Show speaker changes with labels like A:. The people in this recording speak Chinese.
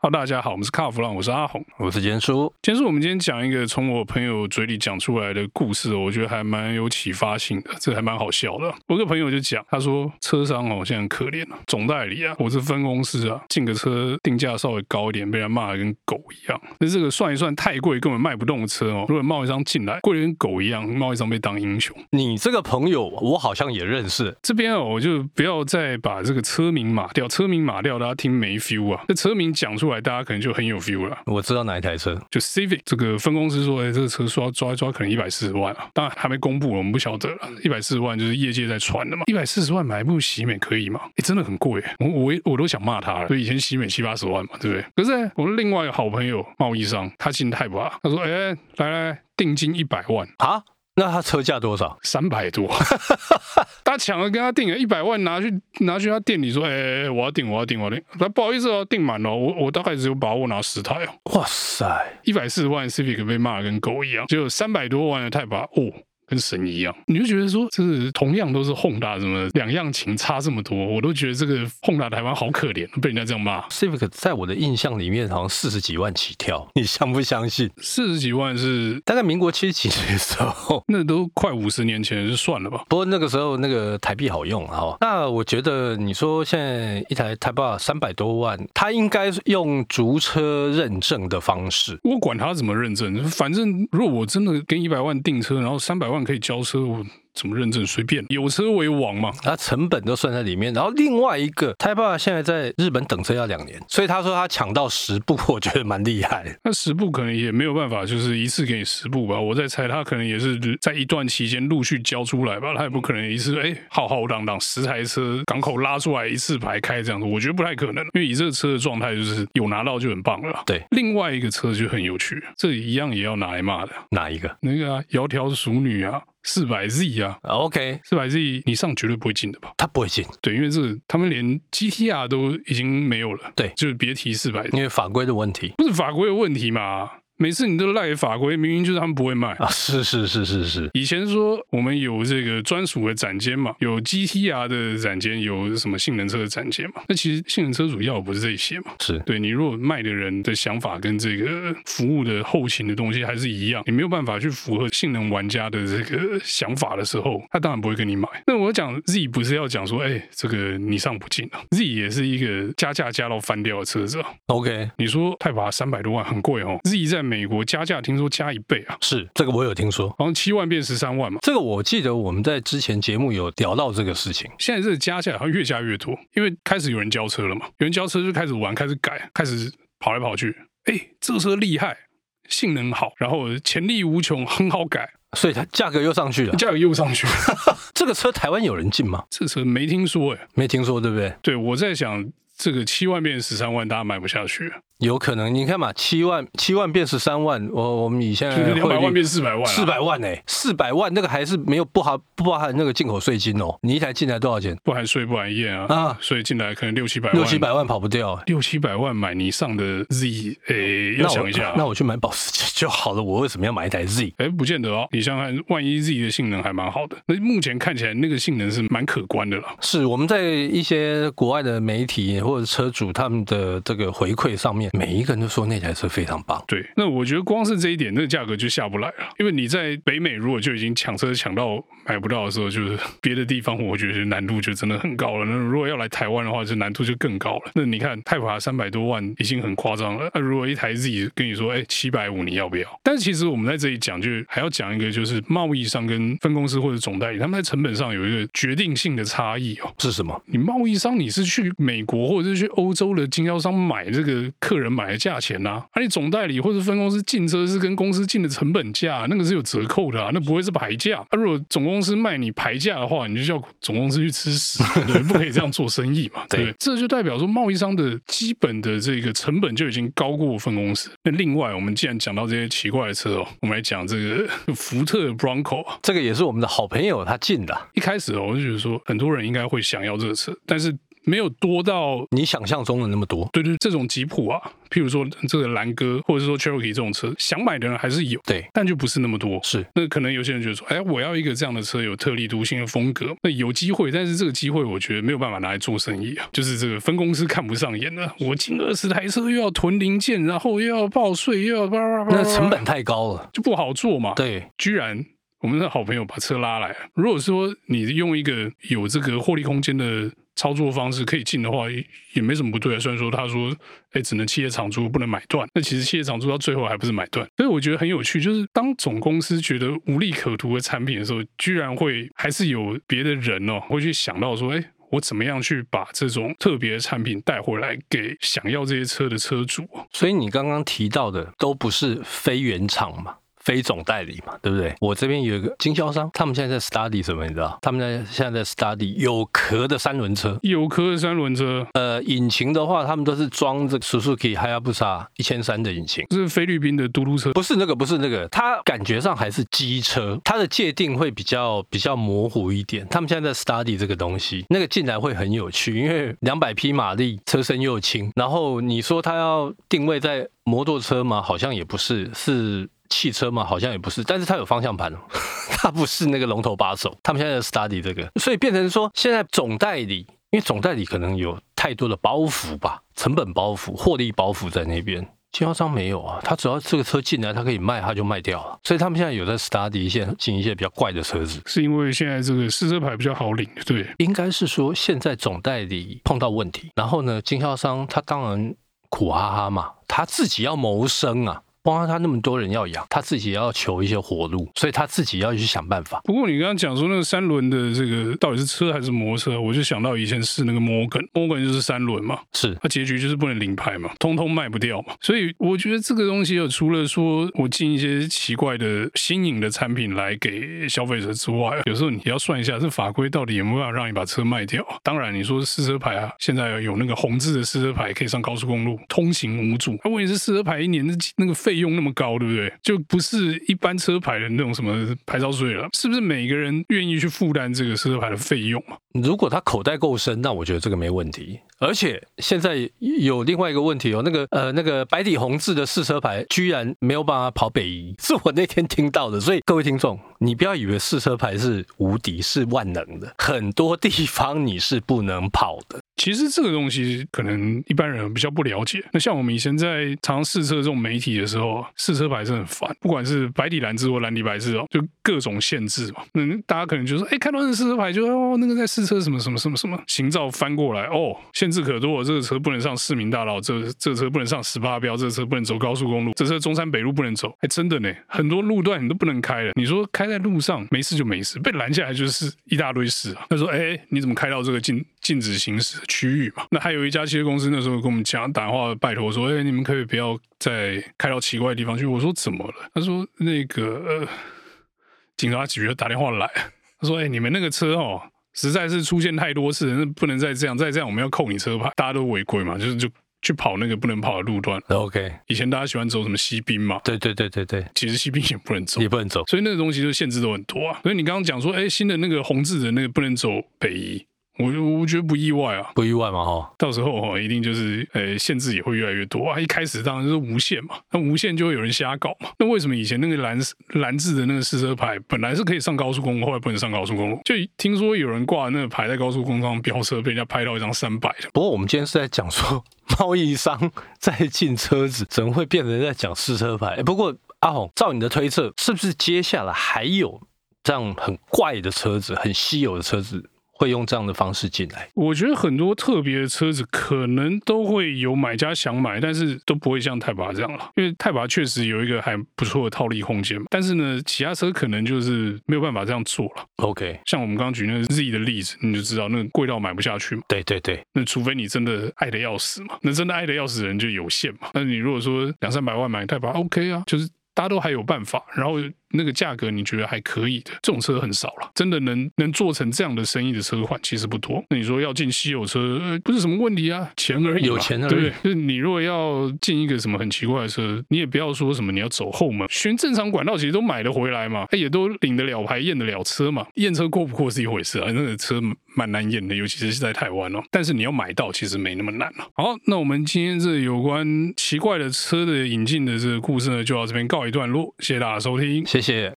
A: 哈，大家好，我们是卡弗朗，我是阿红。
B: 我是简叔，
A: 其实我们今天讲一个从我朋友嘴里讲出来的故事哦，我觉得还蛮有启发性的，这还蛮好笑的。我有个朋友就讲，他说车商哦现在很可怜啊，总代理啊，我是分公司啊，进个车定价稍微高一点，被人骂的跟狗一样。那这个算一算太贵，根本卖不动的车哦，如果贸易商进来，贵的跟狗一样，贸易商被当英雄。
B: 你这个朋友我好像也认识，
A: 这边哦，我就不要再把这个车名码掉，车名码掉，大家听没 feel 啊？这车名讲出来，大家可能就很有 feel 了。
B: 我知道哪一台车。
A: 就 Civic 这个分公司说，哎、这个车说要抓一抓，可能一百四十万啊，当然还没公布，我们不晓得了。一百四十万就是业界在传的嘛，一百四十万买一部喜美可以吗？哎、真的很贵，我我我都想骂他了。所以以前喜美七八十万嘛，对不对？可是呢我另外一个好朋友贸易商，他进泰博啊，他说，哎、来来来，定金一百万。
B: 啊，那它车价多少？
A: 三百多， 他抢了跟他订了一百万，拿去拿去他店里说，哎、哎哎我要订，我要订，我要订。他不好意思哦，订满了，我我大概只有把握拿十台哦。
B: 哇塞，
A: 一百四十万 Civic 被骂得跟狗一样，只有三百多万的泰巴哦。跟神一样，你就觉得说，这是同样都是 Honda 什么两样情差这么多，我都觉得这个 Honda 台湾好可怜，被人家这样骂。
B: Civic 在我的印象里面好像四十几万起跳，你相不相信？
A: 四十几万是
B: 大概民国七几年的时候，
A: 那都快五十年前，就算了吧。
B: 不过那个时候那个台币好用啊哈。那我觉得你说现在一台 Type R 三百多万，它应该是用逐车认证的方式。
A: 我管他怎么认证，反正如果我真的跟一百万订车，然后三百万可以交车，我怎么认证随便，有车为王嘛。
B: 它成本都算在里面，然后另外一个 Type R 现在在日本等车要两年，所以他说他抢到十部，我觉得蛮厉害的。
A: 那十部可能也没有办法，就是一次给你十部吧。我在猜，他可能也是在一段期间陆续交出来吧，他也不可能一次哎浩浩荡荡十台车港口拉出来一次排开这样子，我觉得不太可能，因为以这个车的状态，就是有拿到就很棒了啦。
B: 对
A: 另外一个车就很有趣，这一样也要拿来骂的，
B: 哪一个
A: 那个啊，窈窕淑女啊，四百 Z 啊。
B: ？OK，
A: 四百 Z 你上绝对不会进的吧？
B: 他不会进，
A: 对，因为这个他们连 GTR 都已经没有了，
B: 对
A: 就是别提四百
B: 因为法规的问题
A: 不是法规的问题嘛？每次你都赖法规，明明就是他们不会卖。
B: 啊。 是是是是是，
A: 以前说我们有这个专属的展间嘛，有 GTR 的展间，有什么性能车的展间嘛。那其实性能车主要的不是这些嘛？
B: 是
A: 对你如果卖的人的想法跟这个服务的后勤的东西还是一样，你没有办法去符合性能玩家的这个想法的时候，他当然不会跟你买。那我讲 Z 不是要讲说，哎、这个你上不进啊，Z 也是一个加价加到翻掉的车子啊。
B: OK，
A: 你说泰华三百多万很贵哦，Z 在美国加价听说加一倍啊，
B: 是这个我有听说。
A: 好像七万变十三万嘛。
B: 这个我记得我们在之前节目有聊到这个事情，
A: 现在这个加起来好像越加越多，因为开始有人交车了嘛，有人交车就开始玩，开始改，开始跑来跑去。哎，这个车厉害，性能好，然后潜力无穷，很好改，
B: 所以它价格又上 去了。
A: 价格又上去了。
B: 这个车台湾有人进吗？
A: 这车没听说哎，
B: 没听说，对不对？
A: 对我在想。这个七万变十三万，大家买不下去，
B: 有可能，你看嘛，七万七万变十三万，我我们以现在
A: 就是两百万
B: 呃汇率
A: 变四百万、啊，
B: 四百万哎、四百万那个还是没有不含不包含那个进口税金哦。你一台进来多少钱
A: 不含税不含验啊，
B: 啊？
A: 所以进来可能六七百万，
B: 六七百万跑不掉、欸。
A: 六七百万买你上的 Z，诶、要
B: 那我
A: 想一下、啊
B: 那我 去买保时捷就好了。我为什么要买一台 Z？
A: 哎，不见得哦。你想想看，万一 Z 的性能还蛮好的，那目前看起来那个性能是蛮可观的啦。
B: 是我们在一些国外的媒体或者车主他们的这个回馈上面，每一个人都说那台车非常棒。
A: 对，那我觉得光是这一点，那个价格就下不来了。因为你在北美如果就已经抢车抢到买不到的时候，就是 别的地方我觉得难度就真的很高了。那如果要来台湾的话，就难度就更高了。那你看泰普华三百多万已经很夸张了，那、如果一台 Z 跟你说，哎，七百五你要不要？但是其实我们在这里讲，就还要讲一个，就是贸易商跟分公司或者总代理，他们在成本上有一个决定性的差异哦。
B: 是什么？
A: 你贸易商你是去美国或者是去欧洲的经销商买这个客人买的价钱呐、啊，而、你总代理或者分公司进车是跟公司进的成本价，那个是有折扣的啊，那不会是牌价。啊、如果总公司卖你牌价的话，你就叫总公司去吃屎，对，不可以这样做生意嘛，对不对？这就代表说贸易商的基本的这个成本就已经高过分公司。那另外，我们既然讲到这些奇怪的车哦，我们来讲这个福特 Bronco 啊，
B: 这个也是我们的好朋友他进的，
A: 一开始哦我就觉得说，很多人应该会想要这个车，但是没有多到
B: 你想象中的那么多。
A: 对对，这种吉普啊，譬如说这个兰哥，或者说 Cherokee 这种车，想买的人还是有，
B: 对，
A: 但就不是那么多。
B: 是
A: 那可能有些人觉得说，哎，我要一个这样的车，有特立独行的风格，那有机会，但是这个机会我觉得没有办法拿来做生意啊，就是这个分公司看不上眼了。我进二十台车又要囤零件，然后又要报税，又要叭叭叭叭叭，
B: 那成本太高了。
A: 就不好做嘛。
B: 对，
A: 居然我们的好朋友把车拉来了。如果说你用一个有这个获利空间的操作方式可以进的话，也也没什么不对啊。虽然说他说，哎，只能企业长租不能买断，那其实企业长租到最后还不是买断。所以我觉得很有趣，就是当总公司觉得无利可图的产品的时候，居然会还是有别的人哦会去想到说，哎。我怎么样去把这种特别的产品带回来给想要这些车的车主？哦
B: 所以你刚刚提到的都不是非原厂嘛。非总代理嘛，对不对？我这边有一个经销商，他们现在在 study 什么，你知道？他们在现在在 study 有壳的三轮车，
A: 有壳的三轮车，
B: 呃，引擎的话，他们都是装这个 Suzuki Hayabusa 一千三的引擎。
A: 这是菲律宾的嘟嘟车，
B: 不是那个，不是那个，它感觉上还是机车，它的界定会比较比较模糊一点。他们现在在 study 这个东西，那个进来会很有趣，因为两百匹马力，车身又轻，然后你说它要定位在摩托车吗？好像也不是，是。汽车嘛，好像也不是，但是它有方向盘哦， 它不是那个龙头把手。他们现在在 study 这个，所以变成说，现在总代理，因为总代理可能有太多的包袱吧，成本包袱、获利包袱在那边。经销商没有啊，他只要这个车进来，他可以卖，他就卖掉了。所以他们现在有在 study 一些进一些比较怪的车子，
A: 是因为现在这个试车牌比较好领，对，
B: 应该是说现在总代理碰到问题，然后呢，经销商他当然苦哈哈嘛，他自己要谋生啊。光他那么多人要养，他自己也要求一些活路，所以他自己要去想办法。
A: 不过你刚刚讲说那个三轮的这个到底是车还是摩托车，我就想到以前是那个摩根，摩根就是三轮嘛，
B: 是
A: 它结局就是不能领牌嘛，通通卖不掉嘛。所以我觉得这个东西，除了说我进一些奇怪的新颖的产品来给消费者之外，有时候你也要算一下，这法规到底有没有办法让你把车卖掉。啊当然，你说试车牌啊，现在有那个红字的试车牌可以上高速公路，通行无阻。那问题是试车牌一年的那个费用那么高，对不对？就不是一般车牌的那种什么牌照税了，是不是每个人愿意去负担这个试车牌的费用嘛？
B: 如果他口袋够深，那我觉得这个没问题。而且现在有另外一个问题哦，那个呃那个白底红字的试车牌居然没有办法跑北移， 是我那天听到的。所以各位听众，你不要以为试车牌是无敌是万能的，很多地方你是不能跑的。
A: 其实这个东西可能一般人比较不了解。那像我们以前在常试车这种媒体的时候，啊试车牌是很烦，不管是白底蓝字或蓝底白字哦，就各种限制嘛。那大家可能就说，哎，看到那试车牌就哦，那个在试车什么什么什么什么，行照翻过来哦，限制可多，这个车不能上市民大道，这这车不能上十八标，这车不能走高速公路，这车中山北路不能走。哎，真的呢，很多路段你都不能开了。你说开在路上没事就没事，被拦下来就是一大堆事啊。他说，哎，你怎么开到这个禁禁止行驶的区域嘛？那还有一家汽车公司那时候跟我们讲打电话拜托我说，哎，你们可以不要再开到奇怪的地方去。我说怎么了？他说那个、呃、警察局打电话来，他说，哎，你们那个车哦。实在是出现太多次，那不能再这样，再这样我们要扣你车牌，大家都违规嘛，就是就去跑那个不能跑的路段。
B: OK，
A: 以前大家喜欢走什么西滨嘛，
B: 对对对对对，
A: 其实西滨也不能走
B: 你，不能走。
A: 所以那个东西就限制都很多啊。所以你刚刚讲说，哎，新的那个红字的那个不能走北移，我我觉得不意外啊。
B: 不意外嘛哈，
A: 到时候哦，一定就是呃，限制也会越来越多啊。一开始当然是无限嘛，那无限就会有人瞎搞嘛。那为什么以前那个蓝蓝字的那个试车牌本来是可以上高速公路，后来不能上高速公路？就听说有人挂那个牌在高速公路上飙车，被人家拍到一张三百的。
B: 不过我们今天是在讲说 贸易商在进车子，怎么会变成在讲试车牌？诶不过阿红，照你的推测，是不是接下来还有这样很怪的车子、很稀有的车子会用这样的方式进来？
A: 我觉得很多特别的车子可能都会有买家想买，但是都不会像泰拔这样了，因为泰拔确实有一个还不错的套利空间嘛。但是呢，其他车可能就是没有办法这样做了。
B: OK，
A: 像我们刚刚举那个 Z 的例子，你就知道那个贵到买不下去嘛。
B: 对对对，
A: 那除非你真的爱的要死嘛，那真的爱的要死的人就有限嘛。那你如果说两三百万买泰吧 o k 啊，就是大家都还有办法，然后那个价格你觉得还可以的，这种车很少了。真的能能做成这样的生意的车款其实不多。那你说要进稀有车，呃不是什么问题啊，钱而已嘛，
B: 有钱而已
A: 对不对？就是你如果要进一个什么很奇怪的车，你也不要说什么你要走后门，循正常管道其实都买得回来嘛，哎也都领得了牌、验得了车嘛。验车过不过是一回事啊，那个车蛮难验的，尤其是在台湾哦。但是你要买到其实没那么难了、好，那我们今天这有关奇怪的车的引进的这个故事呢，就到这边告一段落，谢谢大家收听。
B: 谢谢。